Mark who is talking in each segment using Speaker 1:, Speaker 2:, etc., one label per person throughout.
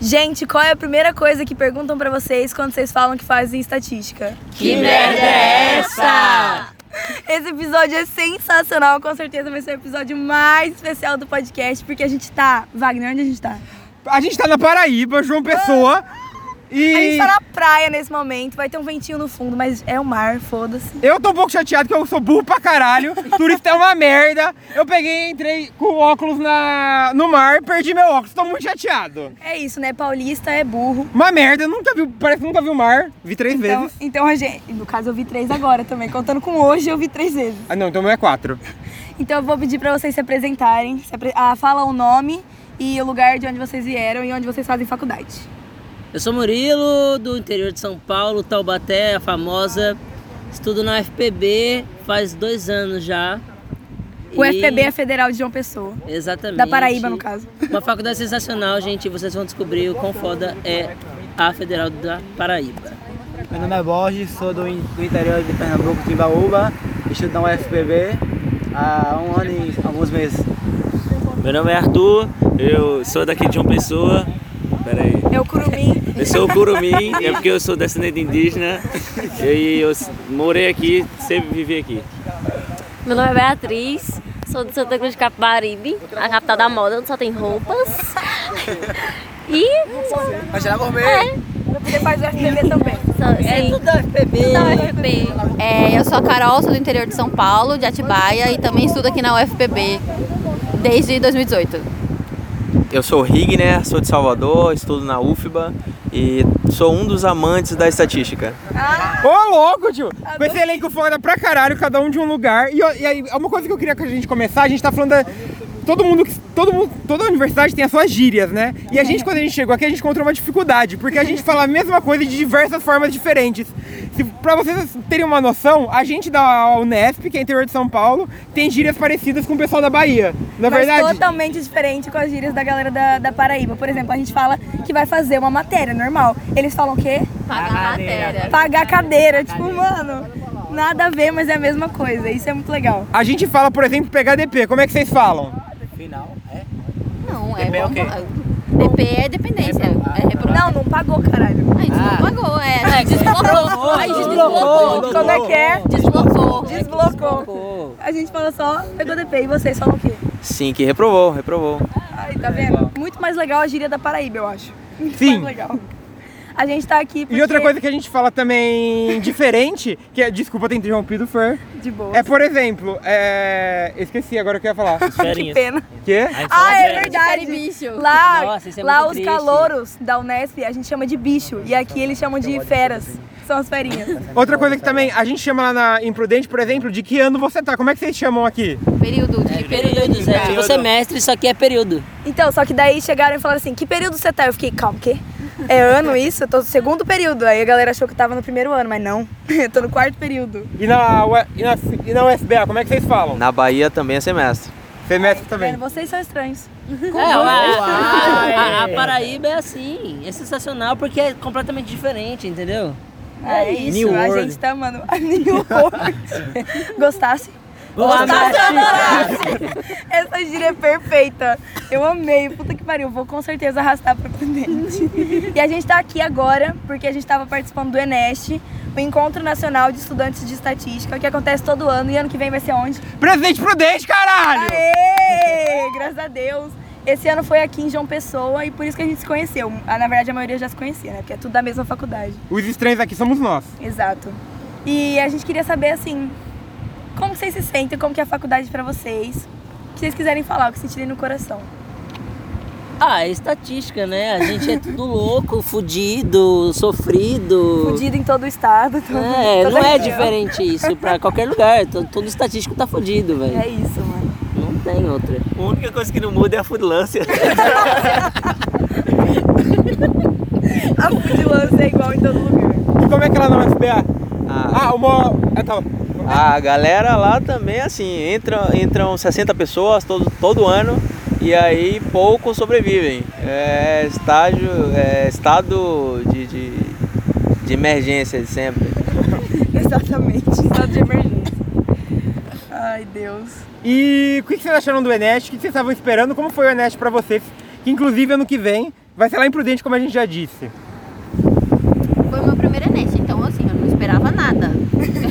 Speaker 1: Gente, qual é a primeira coisa que perguntam pra vocês quando vocês falam que fazem estatística?
Speaker 2: Que merda é essa?
Speaker 1: Esse episódio é sensacional, com certeza vai ser o episódio mais especial do podcast, porque a gente tá. Wagner, onde a gente tá?
Speaker 3: A gente tá na Paraíba, João Pessoa.
Speaker 1: A gente
Speaker 3: E
Speaker 1: tá na praia nesse momento, vai ter um ventinho no fundo, mas é o mar, foda-se.
Speaker 3: eu tô um pouco chateado que eu sou burro pra caralho. Turista é uma merda. Eu peguei, entrei com óculos na, no mar, perdi meu óculos. Tô muito chateado.
Speaker 1: É isso, né? Paulista é burro.
Speaker 3: Uma merda, eu nunca vi, parece que nunca vi o mar. Vi três
Speaker 1: Então,
Speaker 3: vezes.
Speaker 1: então a gente. No caso, eu vi três agora também. Contando com hoje, eu vi três vezes.
Speaker 3: Ah, não, então o meu é quatro.
Speaker 1: Então eu vou pedir pra vocês se apresentarem. Se apre- ah, fala o nome e o lugar de onde vocês vieram e onde vocês fazem faculdade.
Speaker 2: Eu sou Murilo, do interior de São Paulo, Taubaté, a famosa. Estudo na UFPB faz dois anos já.
Speaker 1: O
Speaker 2: E-
Speaker 1: FPB é Federal de João Pessoa.
Speaker 2: Exatamente.
Speaker 1: Da Paraíba, no caso.
Speaker 2: Uma faculdade sensacional, gente. Vocês vão descobrir o quão foda é a Federal da Paraíba.
Speaker 4: Meu nome é Borges, sou do, in- do interior de Pernambuco, Timbaúba, estudo na UFPB há um ano e alguns meses.
Speaker 5: Meu nome é Arthur, eu sou daqui de João Pessoa. Pera aí.
Speaker 1: Eu, É Curumim.
Speaker 5: Eu sou o Curumim, é porque eu sou descendente indígena e eu s- morei aqui, sempre vivi aqui.
Speaker 6: Meu nome é Beatriz, sou de Santa Cruz de Capibaribe, a capital da moda, onde só tem roupas. E.
Speaker 4: Angela Gourmet!
Speaker 1: Você faz o FPB também.
Speaker 6: É tudo da FPB. Tudo da FPB.
Speaker 7: É, eu sou a Carol, sou do interior de São Paulo, de Atibaia, e também estudo aqui na UFPB desde 2018.
Speaker 8: Eu sou o Rigner, sou de Salvador, estudo na UFBA e sou um dos amantes da estatística.
Speaker 3: Ô, louco, tio! Com esse elenco foda pra caralho, cada um de um lugar. E, ó, e aí, uma coisa que eu queria que a gente começar, a gente tá falando da. Todo mundo, que- todo mundo, toda universidade tem as suas gírias, né? E a gente, quando a gente chegou aqui, a gente encontrou uma dificuldade, porque a gente fala a mesma coisa de diversas formas diferentes. Se, pra vocês terem uma noção, a gente da Unesp, que é interior de São Paulo, tem gírias parecidas com o pessoal da Bahia. Na
Speaker 1: Mas
Speaker 3: É verdade,
Speaker 1: totalmente diferente com as gírias da galera da, da Paraíba. Por exemplo, a gente fala que vai fazer uma matéria, normal. Eles falam o quê?
Speaker 7: Pagar matéria.
Speaker 1: Pagar cadeira. Tipo, mano, nada a ver, mas é a mesma coisa. Isso é muito legal.
Speaker 3: a gente fala, por exemplo, PHDP. Como é que vocês falam?
Speaker 4: Final, é?
Speaker 7: Não, é.
Speaker 4: DP é o quê?
Speaker 7: DP é dependência. É reprodução.
Speaker 1: Não, não pagou, caralho.
Speaker 7: A gente não pagou, é. A gente deslocou. A gente deslocou.
Speaker 1: Como é que é?
Speaker 7: Deslocou.
Speaker 1: Deslocou. A gente fala só, pegou DP. E vocês falam o quê?
Speaker 8: Sim, que reprovou, reprovou.
Speaker 1: Ai, tá vendo? Muito mais legal a gíria da Paraíba, eu acho. Muito
Speaker 3: Sim.
Speaker 1: mais legal. A gente tá aqui porque...
Speaker 3: E outra coisa que a gente fala também diferente, que é. Desculpa ter interrompido, Fer.
Speaker 1: De boa.
Speaker 3: É, por exemplo, é. eu Esqueci agora o que eu ia falar.
Speaker 1: Que
Speaker 2: Ferinhas.
Speaker 1: pena.
Speaker 3: Quê?
Speaker 1: Ah, é
Speaker 7: Cara e
Speaker 1: verdade.
Speaker 7: bicho.
Speaker 1: Lá,
Speaker 2: Nossa, isso é
Speaker 1: lá
Speaker 2: muito
Speaker 1: os
Speaker 2: triste.
Speaker 1: calouros da Unesp a gente chama de bicho. E aqui eles chamam de feras. São as ferinhas.
Speaker 3: Outra coisa que também a gente chama lá na Imprudente, por exemplo, de que ano você tá? Como é que vocês chamam aqui?
Speaker 7: Período de que período?
Speaker 2: É Período, Zé. Tipo semestre, isso aqui é período.
Speaker 1: Então, só que daí chegaram e falaram assim: que período você tá? Eu fiquei, calma, o quê? É ano isso? Eu tô no segundo período. Aí a galera achou que eu tava no primeiro ano, mas não. Eu tô no quarto período.
Speaker 3: E na, U- e na, e na UFBA, como é que vocês falam?
Speaker 8: Na Bahia também é semestre.
Speaker 3: Semestre
Speaker 1: Vendo,
Speaker 3: também.
Speaker 1: vocês são estranhos.
Speaker 2: É,
Speaker 1: assim?
Speaker 2: a, a- a Paraíba é assim, é sensacional porque é completamente diferente, entendeu?
Speaker 1: É isso,
Speaker 2: New
Speaker 1: a
Speaker 2: World.
Speaker 1: gente tá, mano. a New World. Gostasse? Gostasse? Essa gíria é perfeita. Eu amei. Puta que pariu. Vou com certeza arrastar pra frente. E a gente tá aqui agora porque a gente tava participando do ENEST, o Encontro Nacional de Estudantes de Estatística, que acontece todo ano. E ano que vem vai ser onde?
Speaker 3: Presidente Prudente, caralho!
Speaker 1: Aê! Graças a Deus. Esse ano foi aqui em João Pessoa e por isso que a gente se conheceu. Ah, Na verdade, a maioria já se conhecia, né? Porque é tudo da mesma faculdade.
Speaker 3: Os estranhos aqui somos nós.
Speaker 1: Exato. E a gente queria saber, assim, como vocês se sentem, como que é a faculdade pra vocês. O que vocês quiserem falar, o que sentirem no coração.
Speaker 2: Ah, é estatística, né? A gente é tudo louco, fudido, sofrido.
Speaker 1: Fudido Tá em todo o estado. então todo-
Speaker 2: É,
Speaker 1: toda
Speaker 2: não é
Speaker 1: região.
Speaker 2: diferente isso pra qualquer lugar. to- Todo estatístico tá fudido, velho.
Speaker 1: É isso, mano.
Speaker 2: Não tem outra.
Speaker 5: A única coisa que não muda é a fudilância.
Speaker 1: A fudilância é igual em todo lugar.
Speaker 3: E como é que é lá na UFBA?
Speaker 8: Ah,
Speaker 3: Ah, uma. Ah, tá.
Speaker 8: a galera lá também, assim, entra, entram 60 pessoas todo, todo ano e aí poucos sobrevivem. É estágio, é estado de, de, de emergência de sempre.
Speaker 1: Exatamente. Estado de emergência. Ai, Deus.
Speaker 3: E o que que vocês acharam do Enest? O que que vocês estavam esperando? Como foi o Enest pra vocês? Que inclusive ano que vem vai ser lá imprudente, como a gente já disse.
Speaker 7: Foi o meu primeiro Enes, então assim, eu não esperava nada.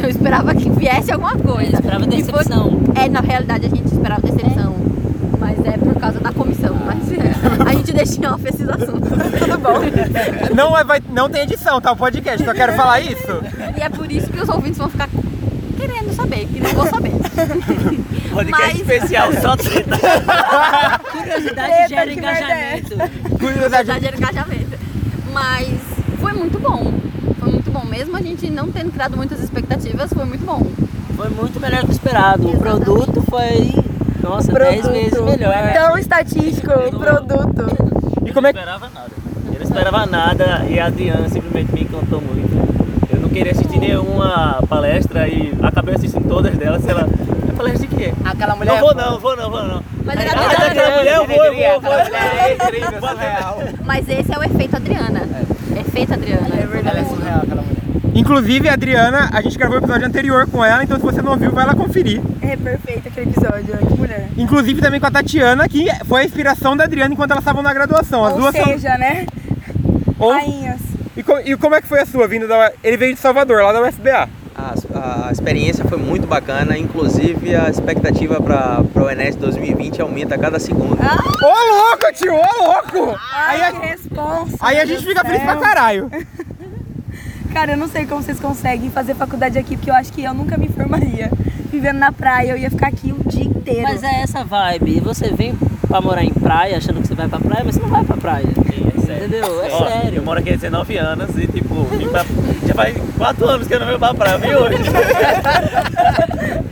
Speaker 7: Eu esperava que viesse alguma coisa.
Speaker 2: Esperava
Speaker 7: E foi-
Speaker 2: decepção.
Speaker 7: É, na realidade a gente esperava decepção. Mas é por causa da comissão.
Speaker 1: Ah,
Speaker 7: Mas é, a gente deixa em off esses assuntos. Tudo bom.
Speaker 3: Não, é- vai, não tem edição, tá? O podcast, só quero falar isso.
Speaker 7: E é por isso que os ouvintes vão ficar querendo saber, que não vou saber.
Speaker 5: Podcast
Speaker 7: Mas-
Speaker 5: especial só treta.
Speaker 2: Curiosidade
Speaker 1: Treta,
Speaker 2: gera
Speaker 1: que é
Speaker 2: engajamento.
Speaker 3: Curiosidade.
Speaker 7: Verdade era engajamento. Mas foi muito bom. Foi muito bom. Mesmo a gente não tendo criado muitas expectativas, foi muito bom.
Speaker 2: Foi muito melhor que o esperado. O
Speaker 7: Exatamente.
Speaker 2: produto foi, nossa, 10
Speaker 1: Produto. Então,
Speaker 2: vezes melhor.
Speaker 1: Tão estatístico, o produto.
Speaker 3: E como é que.
Speaker 5: Eu não esperava nada. Eu não esperava nada e a Diana simplesmente me encantou muito. Eu não queria assistir nenhuma palestra e acabei assistindo todas delas. Ela, é palestra de quê?
Speaker 4: Aquela
Speaker 5: Não
Speaker 4: mulher. é
Speaker 5: vou não, vou não, vou não.
Speaker 7: Mas,
Speaker 5: Ah,
Speaker 7: era
Speaker 5: daquela
Speaker 7: Adriana.
Speaker 5: mulher eu vou, eu vou, eu vou.
Speaker 4: Aquela mulher é incrível, surreal.
Speaker 7: Mas esse é o efeito Adriana. Efeito Adriana. É
Speaker 4: Ela é surreal, aquela mulher.
Speaker 3: Inclusive, a Adriana, a gente gravou o episódio anterior com ela, então se você não ouviu, vai lá conferir.
Speaker 1: É perfeito aquele episódio, que mulher.
Speaker 3: Inclusive também com a Tatiana, que foi a inspiração da Adriana enquanto elas estavam na graduação. As
Speaker 1: Ou
Speaker 3: duas são-
Speaker 1: seja, né?
Speaker 3: Ou-
Speaker 1: Rainhas.
Speaker 3: E, co- e como é que foi a sua vinda da. Ele veio de Salvador, lá da UFBA.
Speaker 8: A, a experiência foi muito bacana, inclusive a expectativa para o Enes 2020 aumenta a cada segundo.
Speaker 3: Ô louco, tio, ô louco!
Speaker 1: Ai,
Speaker 3: Aí a-
Speaker 1: que responsa.
Speaker 3: Aí a
Speaker 1: meu
Speaker 3: gente fica
Speaker 1: Deus
Speaker 3: feliz pra
Speaker 1: céu.
Speaker 3: caralho.
Speaker 1: Cara, eu não sei como vocês conseguem fazer faculdade aqui, porque eu acho que eu nunca me formaria. Vivendo na praia, eu ia ficar aqui o dia inteiro.
Speaker 2: Mas é essa vibe. Você vem pra morar em praia, achando que você vai pra praia, mas você não vai pra praia. Entendeu? É
Speaker 5: Ó, Eu
Speaker 2: sério.
Speaker 5: moro aqui há 19 anos e, tipo, vim pra- já faz 4 anos que eu não venho pra praia, viu?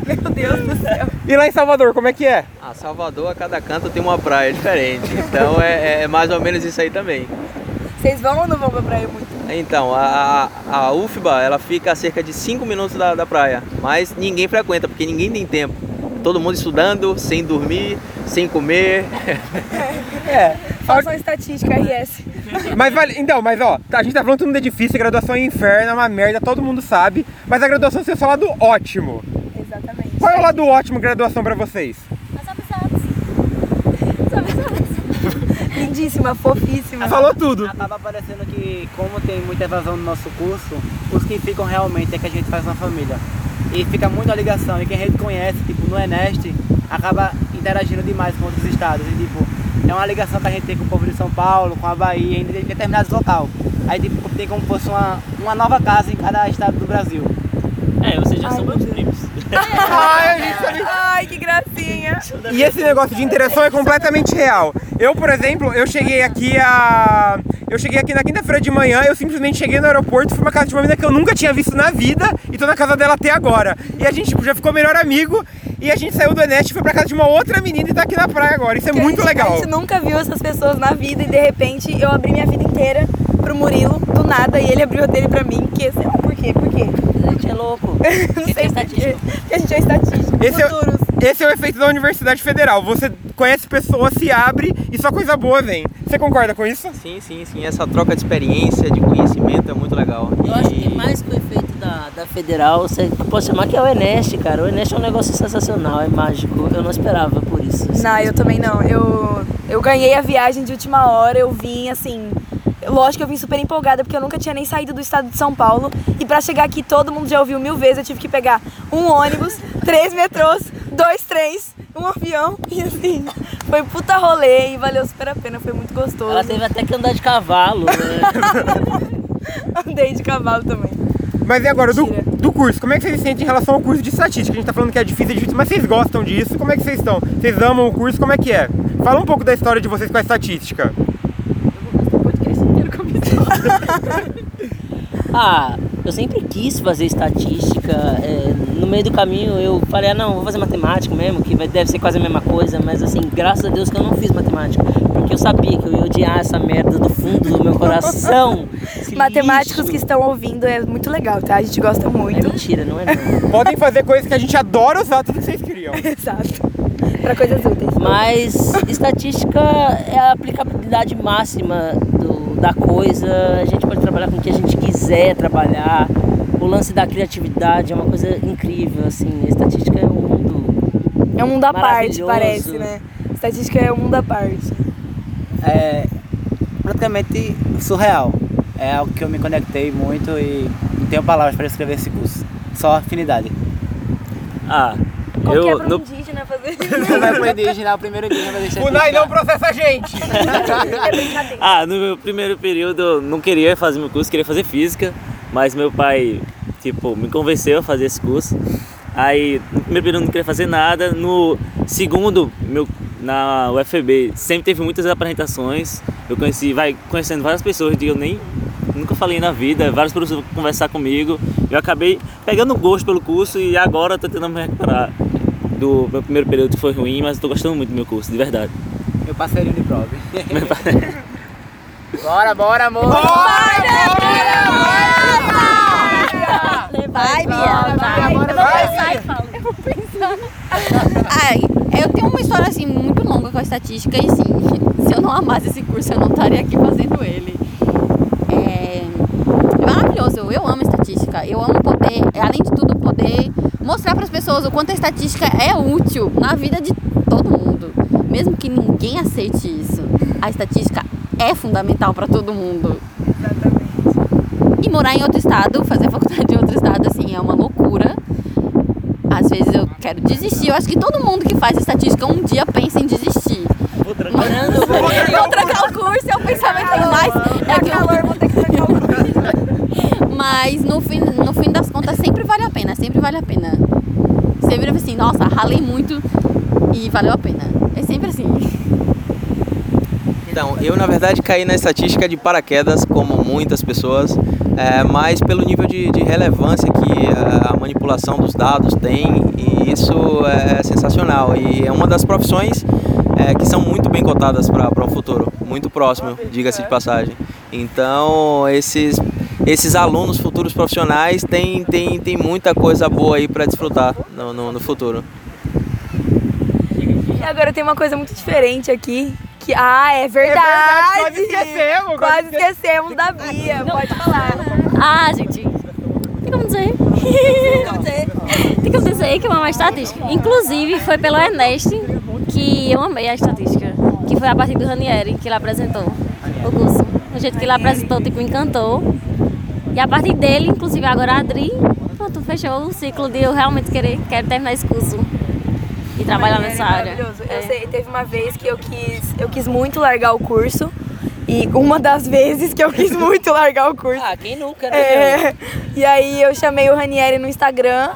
Speaker 1: Meu Deus do céu.
Speaker 3: E lá em Salvador, como é que é?
Speaker 8: A Ah, Salvador, a cada canto tem uma praia diferente, então é- é mais ou menos isso aí também.
Speaker 1: Vocês vão ou não vão pra praia muito?
Speaker 8: Então, a, a- a UFBA, ela fica a cerca de 5 minutos da, da praia, mas ninguém frequenta, porque ninguém tem tempo. Todo mundo estudando, sem dormir, sem comer.
Speaker 1: Façam estatística, RS.
Speaker 3: Mas vale. Então, mas ó, a gente tá falando que tudo é difícil, a graduação é inferno, é uma merda, todo mundo sabe. Mas a graduação tem o seu lado ótimo.
Speaker 1: Exatamente.
Speaker 3: Qual é o lado ótimo da graduação pra vocês?
Speaker 1: Lindíssima, fofíssima.
Speaker 3: Falou tudo.
Speaker 4: Acaba parecendo que, como tem muita evasão no nosso curso, os que ficam realmente é que a gente faz uma família. E fica muito a ligação, e quem a gente conhece, tipo, no Eneste, acaba interagindo demais com outros estados. E, tipo, é uma ligação que a gente tem com o povo de São Paulo, com a Bahia, em de- determinados local. Aí, tipo, tem como se fosse uma, uma nova casa em cada estado do Brasil.
Speaker 5: É, vocês já são meus primos.
Speaker 3: Ai, a gente sabe.
Speaker 1: Ai, que gracinha.
Speaker 3: E esse negócio de interação é completamente real. Eu, por exemplo, eu cheguei aqui a. Eu cheguei aqui na quinta-feira de manhã, eu simplesmente cheguei no aeroporto, fui pra casa de uma menina que eu nunca tinha visto na vida e tô na casa dela até agora. E a gente tipo, já ficou melhor amigo e a gente saiu do Enest, foi pra casa de uma outra menina e tá aqui na praia agora. Isso é
Speaker 1: Que a
Speaker 3: muito
Speaker 1: gente- A
Speaker 3: legal.
Speaker 1: gente nunca viu essas pessoas na vida e de repente eu abri minha vida inteira pro Murilo, do nada, e ele abriu a dele pra mim, que sei lá por quê, por quê.
Speaker 2: A gente é louco.
Speaker 1: Não
Speaker 2: Porque
Speaker 1: sei
Speaker 2: tem
Speaker 1: por quê.
Speaker 2: estatística.
Speaker 1: Porque a gente é estatístico.
Speaker 3: Esse é o-
Speaker 1: Futuros.
Speaker 3: Esse é o efeito da Universidade Federal. Você conhece pessoas, se abre e só coisa boa vem. Você concorda com isso?
Speaker 8: Sim, sim, sim. Essa troca de experiência, de conhecimento é muito legal.
Speaker 2: Eu acho que mais que o efeito da, da federal, você pode chamar que é o Eneste, cara. O Eneste é um negócio sensacional, é mágico. Eu não esperava por isso. assim.
Speaker 1: Não, eu também não. Eu, eu ganhei a viagem de última hora, eu vim assim. Lógico que eu vim super empolgada, porque eu nunca tinha nem saído do estado de São Paulo. E pra chegar aqui, todo mundo já ouviu mil vezes. Eu tive que pegar um ônibus, três metrôs, dois trens, um avião. E assim, foi puta rolê e valeu super a pena. Foi muito gostoso.
Speaker 2: Ela teve até que andar de cavalo. né?
Speaker 1: Andei de cavalo também.
Speaker 3: Mas e agora, do,
Speaker 1: Mentira.
Speaker 3: do curso, como é que vocês se sentem em relação ao curso de estatística? A gente tá falando que é difícil, é difícil, mas vocês gostam disso? Como é que vocês estão? Vocês amam o curso? Como é que é? Fala um pouco da história de vocês com a estatística.
Speaker 2: Ah, eu sempre quis fazer estatística. é, no meio do caminho eu falei, ah não, vou fazer matemática mesmo, que vai- deve ser quase a mesma coisa, mas assim, graças a Deus que eu não fiz matemática. Porque eu sabia que eu ia odiar essa merda do fundo do meu coração. esse
Speaker 1: Matemáticos que
Speaker 2: lixo.
Speaker 1: estão ouvindo é muito legal, tá? A gente gosta
Speaker 2: É
Speaker 1: muito.
Speaker 2: mentira, não é não.
Speaker 3: Podem fazer coisas que a gente adora usar, tudo que vocês queriam.
Speaker 2: É?
Speaker 1: Exato. Pra coisas úteis.
Speaker 2: Mas estatística é a aplicabilidade máxima do- da coisa. A gente pode trabalhar com o que a gente quiser trabalhar. O lance da criatividade é uma coisa incrível, assim. A estatística é um mundo.
Speaker 1: É um mundo à parte,
Speaker 2: Maravilhoso.
Speaker 1: parece, né? Estatística é um mundo à parte.
Speaker 4: É, praticamente surreal. É algo que eu me conectei muito e não tenho palavras para descrever esse curso. Só afinidade.
Speaker 5: Ah,
Speaker 1: Como que é
Speaker 5: eu
Speaker 1: pra um
Speaker 5: no,
Speaker 1: indígena fazer
Speaker 4: Você vai pro indígena, o primeiro indígena vai deixar
Speaker 3: O Nai não processa a gente!
Speaker 5: ah, no meu primeiro período eu não queria fazer meu curso, queria fazer física, mas meu pai, tipo, me convenceu a fazer esse curso. Aí, no primeiro período eu não queria fazer nada, no segundo, meu na UFB sempre teve muitas apresentações. Eu conheci, vai conhecendo várias pessoas que eu nem nunca falei na vida, vários professores conversar comigo. Eu acabei pegando gosto pelo curso e agora eu tô tentando me recuperar do meu primeiro período que foi ruim, mas eu tô gostando muito do meu curso, de verdade.
Speaker 4: Meu parceirinho de prova. bora, bora, amor!
Speaker 7: Vai, Bia. Vai,
Speaker 4: bora, vai!
Speaker 7: Ai, eu tenho uma história assim muito longa com a estatística e sim, se eu não amasse esse curso, eu não estaria aqui fazendo ele. É, é maravilhoso, eu amo estatística, eu amo poder, além de tudo, poder mostrar para as pessoas o quanto a estatística é útil na vida de todo mundo. Mesmo que ninguém aceite isso, a estatística é fundamental para todo mundo. E morar em outro estado, fazer faculdade em outro estado, assim, é uma loucura. Às vezes eu quero desistir. Eu acho que todo mundo que faz estatística um dia pensa em desistir.
Speaker 5: Vou
Speaker 7: Morando vou trancar o curso, é o pensamento que mais. É que
Speaker 1: calor, vou ter que trancar o
Speaker 7: eu- mas no fim, no fim das contas sempre vale a pena, sempre vale a pena. Você vira assim, nossa, ralei muito e valeu a pena. É sempre assim.
Speaker 8: Então, eu na verdade caí na estatística de paraquedas, como muitas pessoas, é, mas pelo nível de, de relevância que é, a manipulação dos dados tem, e isso é sensacional. E é uma das profissões é, que são muito bem cotadas para o futuro, muito próximo, diga-se de passagem. Então, esses, esses alunos, futuros profissionais, têm tem, tem muita coisa boa aí para desfrutar no- no, no futuro.
Speaker 1: E agora tem uma coisa muito diferente aqui. Que, ah, é verdade!
Speaker 3: verdade, quase
Speaker 1: Quase
Speaker 3: esquecemos, quase
Speaker 1: esquecemos da Bia, pode falar.
Speaker 6: Ah, gente. Tem como dizer? Tem como dizer que eu amo a estatística. Inclusive, foi pelo Ernest que eu amei a estatística. Que foi a partir do Ranieri que ele apresentou o curso. O jeito que ele apresentou, tipo, me encantou. E a partir dele, inclusive agora a Adri, pronto, fechou o ciclo de eu realmente querer, quero terminar esse curso e trabalhar nessa área.
Speaker 1: Maravilhoso.
Speaker 6: É.
Speaker 1: Eu sei, teve uma vez que eu quis, eu quis muito largar o curso. E uma das vezes que eu quis muito largar o curso.
Speaker 2: Ah, quem nunca, né?
Speaker 1: É, e aí eu chamei o Ranieri no Instagram.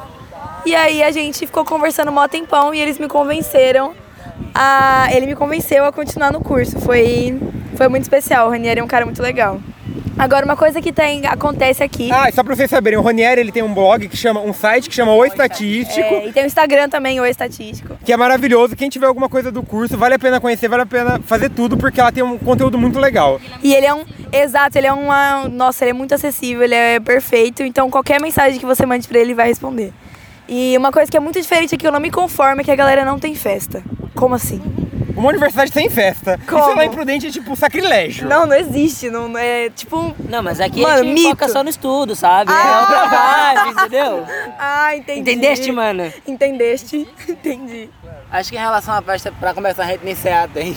Speaker 1: E aí a gente ficou conversando mó tempão e eles me convenceram. A, ele me convenceu a continuar no curso. Foi, foi muito especial. O Ranieri é um cara muito legal. Agora, uma coisa que tem, acontece aqui.
Speaker 3: Ah, e só pra vocês saberem, o Ronieri ele tem um blog que chama, um site que chama O Estatístico.
Speaker 1: é, e tem o Instagram também, o Estatístico.
Speaker 3: que é maravilhoso. Quem tiver alguma coisa do curso, vale a pena conhecer, vale a pena fazer tudo, porque ela tem um conteúdo muito legal.
Speaker 1: E ele é um. Exato, ele é uma. Nossa, ele é muito acessível, ele é perfeito. Então qualquer mensagem que você mande pra ele, ele vai responder. E uma coisa que é muito diferente aqui, eu não me conformo, é que a galera não tem festa. Como assim?
Speaker 3: Uma universidade sem festa.
Speaker 1: Como?
Speaker 3: Isso lá imprudente é tipo sacrilégio.
Speaker 1: Não, não existe. Não, não é tipo. um-
Speaker 2: Não, mas aqui
Speaker 1: Mano,
Speaker 2: a gente
Speaker 1: mito.
Speaker 2: foca só no estudo, sabe? É o trabalho, entendeu?
Speaker 1: Ah, entendi.
Speaker 2: Entendeste, mano?
Speaker 1: Entendeste? Entendi.
Speaker 4: Acho que em relação à festa, pra começar, a gente nem cear tem.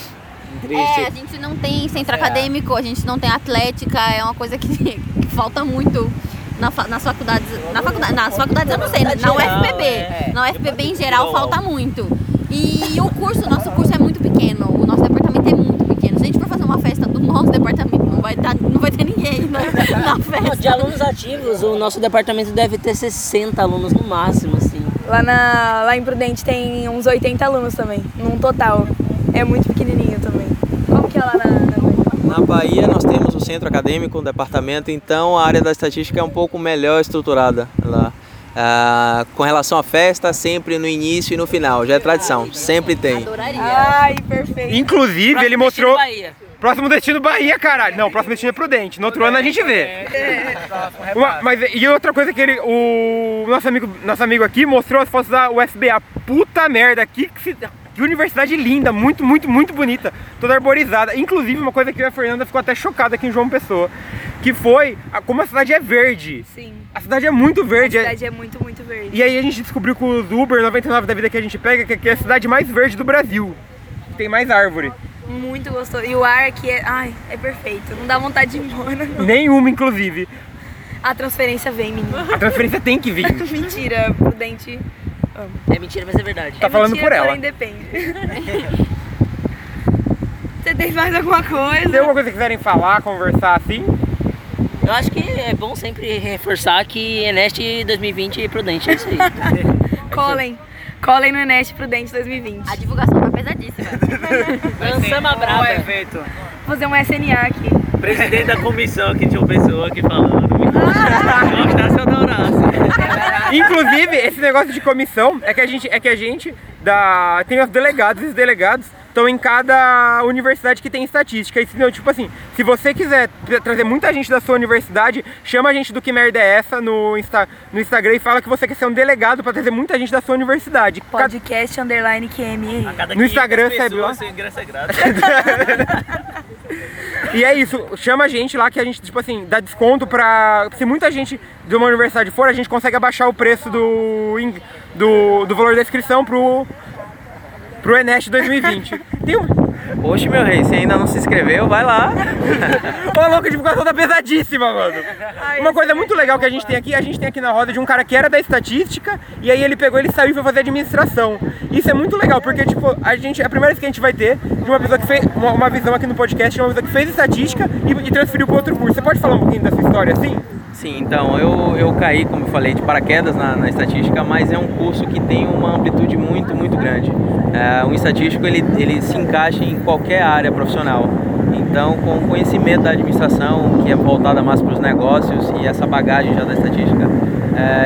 Speaker 4: Triste.
Speaker 7: É, a gente não tem centro acadêmico, a gente não tem atlética, é uma coisa que, que falta muito na fa- nas faculdades. Na faculdade, nas faculdades eu não é. sei, na UFPB. Na UFPB em geral falta muito. E o curso, nosso curso é muito pequeno, o nosso departamento é muito pequeno. Se a gente for fazer uma festa do nosso departamento, não vai, dar, não vai ter ninguém na, na
Speaker 2: Não,
Speaker 7: festa.
Speaker 2: de alunos ativos, o nosso departamento deve ter 60 alunos no máximo, assim.
Speaker 1: Lá, na, lá em Prudente tem uns 80 alunos também, num total. É muito pequenininho também. Como que é lá na. na...
Speaker 8: Na Bahia nós temos o centro acadêmico, um departamento, então a área da estatística é um pouco melhor estruturada lá. Ah, com relação à festa, sempre no início e no final, já é tradição, sempre tem.
Speaker 7: Adoraria.
Speaker 1: Ai, perfeito.
Speaker 3: Inclusive, ele mostrou.
Speaker 2: Bahia.
Speaker 3: Próximo destino Bahia, caralho. Não, próximo destino é Prudente. No outro ano a gente vê. Uma- mas e outra coisa que ele, o nosso amigo, nosso amigo aqui mostrou as fotos da UFBA. Puta merda, que, que, se- que universidade linda, muito, muito, muito bonita, toda arborizada. Inclusive uma coisa que eu e a Fernanda ficou até chocada aqui em João Pessoa, que foi a- como a cidade é verde.
Speaker 1: Sim.
Speaker 3: A cidade é muito
Speaker 1: A
Speaker 3: verde. é-
Speaker 1: cidade é muito, muito verde.
Speaker 3: e aí a gente descobriu com os Uber 99 da vida que a gente pega que aqui é a cidade mais verde do Brasil. Tem mais árvore.
Speaker 1: muito gostoso. E o ar aqui é, ai, é perfeito. Não dá vontade de ir embora. não.
Speaker 3: Nenhuma, inclusive.
Speaker 1: A transferência vem, menino.
Speaker 3: A transferência tem que vir.
Speaker 1: Mentira, prudente.
Speaker 2: É mentira, mas é verdade.
Speaker 3: Tá
Speaker 1: É
Speaker 3: falando
Speaker 1: mentira,
Speaker 3: por ela.
Speaker 1: Porém, depende. Você tem mais alguma coisa?
Speaker 3: Tem alguma coisa que quiserem falar, conversar assim?
Speaker 2: Eu acho que é bom sempre reforçar que Enest 2020 é prudente, é isso aí.
Speaker 1: Colem. Colem no Enest Prudente 2020.
Speaker 7: A divulgação tá pesadíssima.
Speaker 2: Lançama
Speaker 4: Qual é o
Speaker 2: braba.
Speaker 4: evento?
Speaker 1: Vou fazer um SNA aqui.
Speaker 5: Presidente da comissão aqui de uma pessoa aqui falando. Mostrar seu Dorácio.
Speaker 3: Inclusive, esse negócio de comissão é que a gente, é que a gente dá, tem os delegados e os delegados estão em cada universidade que tem estatística. E, se não, tipo assim, se você quiser tra- trazer muita gente da sua universidade, chama a gente do Que Merda É Essa no, Insta, no Instagram e fala que você quer ser um delegado pra trazer muita gente da sua universidade. Cada-
Speaker 1: Podcast underline QME.
Speaker 5: Cada
Speaker 3: No Instagram,
Speaker 5: 500
Speaker 3: sabe lá?
Speaker 5: pessoas, seu ingresso é grátis.
Speaker 3: E é isso, chama a gente lá que a gente, tipo assim, dá desconto pra. Se muita gente de uma universidade for, a gente consegue abaixar o preço do, in- do, do valor da inscrição pro, pro Enest 2020. Tem um.
Speaker 8: Oxe, meu rei, se ainda não se inscreveu, vai lá.
Speaker 3: Ô, louco, a divulgação tá pesadíssima, mano. Uma coisa muito legal que a gente tem aqui, a gente tem aqui na roda de um cara que era da estatística, e aí ele pegou, ele saiu e foi fazer administração. Isso é muito legal, porque, tipo, a gente, é a primeira vez que a gente vai ter de uma pessoa que fez, uma, uma visão aqui no podcast, de uma pessoa que fez estatística e, e transferiu para outro curso. Você pode falar um pouquinho da sua história, assim?
Speaker 8: Sim, então eu, eu caí, como eu falei, de paraquedas na, na estatística, mas é um curso que tem uma amplitude muito, muito grande. É, um estatístico ele, ele se encaixa em qualquer área profissional. Então, com o conhecimento da administração, que é voltada mais para os negócios, e essa bagagem já da estatística,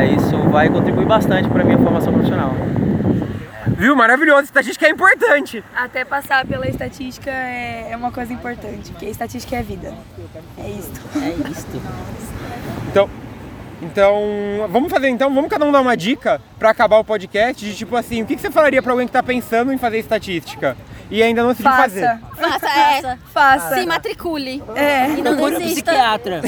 Speaker 8: é, isso vai contribuir bastante para a minha formação profissional.
Speaker 3: Viu? Maravilhoso. Estatística é importante.
Speaker 1: Até passar pela estatística é é uma coisa importante, porque estatística é vida. É isso.
Speaker 2: É isto.
Speaker 3: Então, então, vamos fazer então, vamos cada um dar uma dica pra acabar o podcast de tipo assim, o que, que você falaria pra alguém que tá pensando em fazer estatística e ainda não decidiu fazer?
Speaker 1: Faça.
Speaker 7: Faça essa.
Speaker 1: Faça.
Speaker 7: Se matricule.
Speaker 1: É.
Speaker 7: E não
Speaker 2: Procure um
Speaker 7: desista.
Speaker 2: psiquiatra.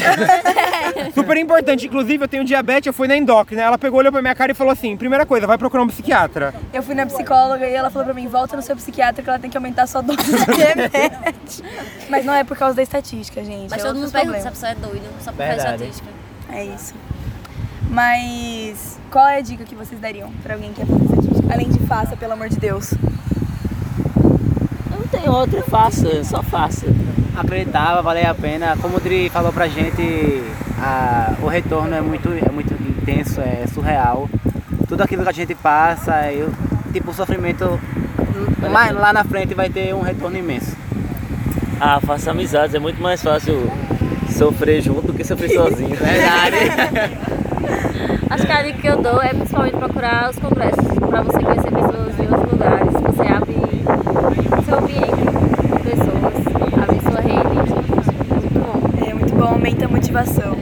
Speaker 3: Super importante, inclusive eu tenho diabetes, eu fui na endócrina, né? ela pegou, olhou pra minha cara e falou assim, primeira coisa, vai procurar um psiquiatra.
Speaker 1: Eu fui na psicóloga e ela falou pra mim, volta no seu psiquiatra que ela tem que aumentar a sua dose de remédio. Mas não é por causa da estatística, gente.
Speaker 6: Mas
Speaker 1: é
Speaker 6: todo
Speaker 1: outros
Speaker 6: mundo pergunta se
Speaker 1: problemas.
Speaker 6: a pessoa é doida, só por causa de
Speaker 8: Verdade.
Speaker 6: estatística.
Speaker 1: É isso. Mas qual é a dica que vocês dariam pra alguém que quer fazer estatística? Além de faça, pelo amor de Deus.
Speaker 2: Eu Não tem outra, faça, só faça.
Speaker 4: Acreditava, valia a pena. Como o Dri falou pra gente, a- o retorno é muito, é muito intenso, é surreal. Tudo aquilo que a gente passa, eu, tipo, o sofrimento lá, lá na frente vai ter um retorno imenso.
Speaker 5: Ah, faça amizades, é muito mais fácil sofrer junto do que sofrer sozinho.
Speaker 6: Acho que a dica que eu dou é principalmente procurar os congressos, para você conhecer pessoas de outros lugares. Você abre seu ambiente com pessoas, abre sua rede. Muito bom.
Speaker 1: É muito bom, aumenta a motivação.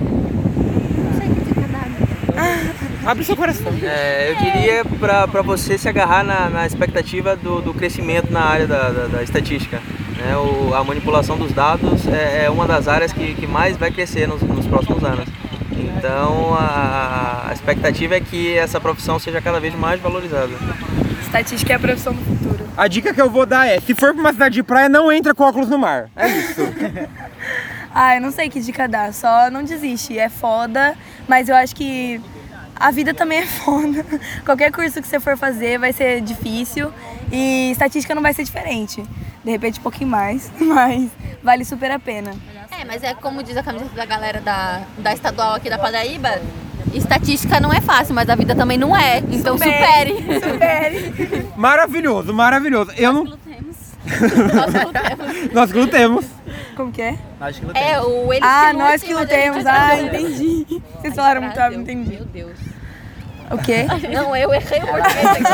Speaker 3: Abre seu coração.
Speaker 8: É, eu diria para você se agarrar na, na expectativa do, do crescimento na área da, da- da estatística. né? O- a manipulação dos dados é, é uma das áreas que, que mais vai crescer nos, nos próximos anos. Então, a, a expectativa é que essa profissão seja cada vez mais valorizada.
Speaker 1: Estatística é a profissão do futuro.
Speaker 3: A dica que eu vou dar é, se for pra uma cidade de praia, não entra com óculos no mar. É
Speaker 1: Ah, eu não sei que dica dar, só não desiste. É foda, mas eu acho que a vida também é foda. Qualquer curso que você for fazer vai ser difícil e estatística não vai ser diferente. De repente, um pouquinho mais, mas vale super a pena.
Speaker 7: É, mas é como diz a camiseta da galera da, da estadual aqui da Paraíba. Estatística não é fácil, mas a vida também não é. Então supere.
Speaker 1: Supere.
Speaker 3: Maravilhoso, maravilhoso. Eu não...
Speaker 7: Nós lutemos.
Speaker 3: Nós glutemos.
Speaker 1: Como que é?
Speaker 4: Acho que não tem.
Speaker 7: É, o eles
Speaker 1: Ah,
Speaker 7: que lutem,
Speaker 1: nós que
Speaker 7: mas
Speaker 1: lutemos.
Speaker 7: eles
Speaker 1: Ah,
Speaker 7: lutam.
Speaker 1: entendi. Vocês falaram muito rápido, não entendi.
Speaker 7: Meu Deus.
Speaker 1: O quê?
Speaker 7: Não, eu errei o português.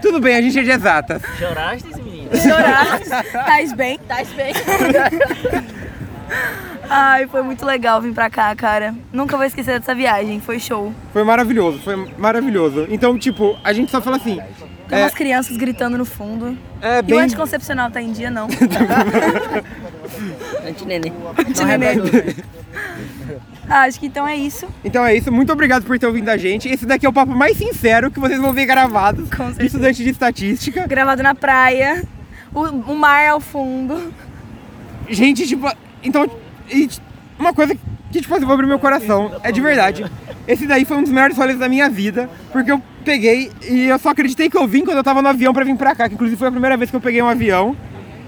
Speaker 3: Tudo bem, a gente é de exatas.
Speaker 2: Choraste, menino?
Speaker 1: Chorar. Tais bem?
Speaker 7: Tá bem.
Speaker 1: Ai, foi muito legal vir pra cá, cara. Nunca vou esquecer dessa viagem, foi show.
Speaker 3: Foi maravilhoso, foi maravilhoso. Então, tipo, a gente só fala assim.
Speaker 1: Tem
Speaker 3: É,
Speaker 1: umas crianças gritando no fundo.
Speaker 3: é
Speaker 1: E o
Speaker 3: bem.
Speaker 1: anticoncepcional tá em dia, não.
Speaker 2: Antinenê.
Speaker 1: De
Speaker 3: é
Speaker 1: neném. Ah, acho que então é isso.
Speaker 3: Então é isso, muito obrigado por ter ouvido a gente. Esse daqui é o papo mais sincero que vocês vão ver gravado.
Speaker 1: Com certeza.
Speaker 3: Estudante de estatística.
Speaker 1: Gravado na praia. o, o mar ao fundo.
Speaker 3: Gente, tipo, então, e t- uma coisa que, tipo, eu vou abrir meu coração, é de verdade. Esse daí foi um dos melhores rolês da minha vida, porque eu peguei e eu só acreditei que eu vim quando eu tava no avião pra vir pra cá, que inclusive foi a primeira vez que eu peguei um avião.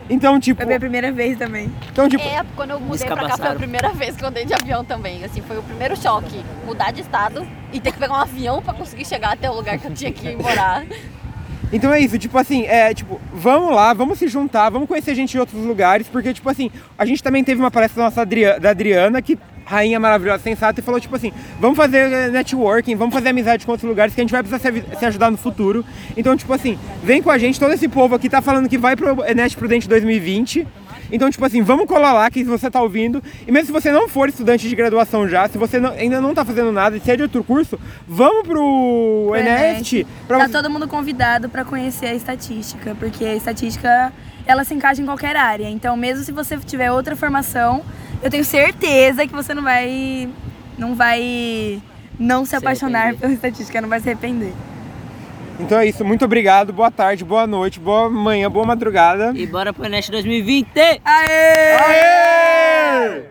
Speaker 3: Então, tipo,
Speaker 1: Foi a minha primeira vez também.
Speaker 3: então, tipo,
Speaker 7: É, quando eu mudei pra cá foi a
Speaker 2: Descabaçaram.
Speaker 7: primeira vez que eu andei de avião também. Assim, foi o primeiro choque. Mudar de estado e ter que pegar um avião pra conseguir chegar até o lugar que eu tinha que ir morar.
Speaker 3: Então é isso, tipo assim, é tipo, vamos lá, vamos se juntar, vamos conhecer gente de outros lugares, porque, tipo assim, a gente também teve uma palestra nossa Adria- da Adriana, que rainha maravilhosa, sensata, e falou, tipo assim, vamos fazer eh, networking, vamos fazer amizade com outros lugares, que a gente vai precisar se, avi- se ajudar no futuro. Então, tipo assim, vem com a gente, todo esse povo aqui tá falando que vai pro Enet Prudente 2020. Então, tipo assim, vamos colar lá, que se você tá ouvindo, e mesmo se você não for estudante de graduação já, se você não- ainda não tá fazendo nada, e se é de outro curso, vamos pro
Speaker 1: Pro
Speaker 3: Enest, pra um-
Speaker 1: Tá
Speaker 3: você-
Speaker 1: todo mundo convidado pra conhecer a estatística, porque a estatística ela se encaixa em qualquer área. Então, mesmo se você tiver outra formação, eu tenho certeza que você não vai não vai não se, apaixonar
Speaker 2: arrepender.
Speaker 1: pela estatística, não vai se arrepender.
Speaker 3: Então é isso, muito obrigado, boa tarde, boa noite, boa manhã, boa madrugada.
Speaker 2: E bora pro Nest 2020!
Speaker 1: Aê!
Speaker 3: Aê!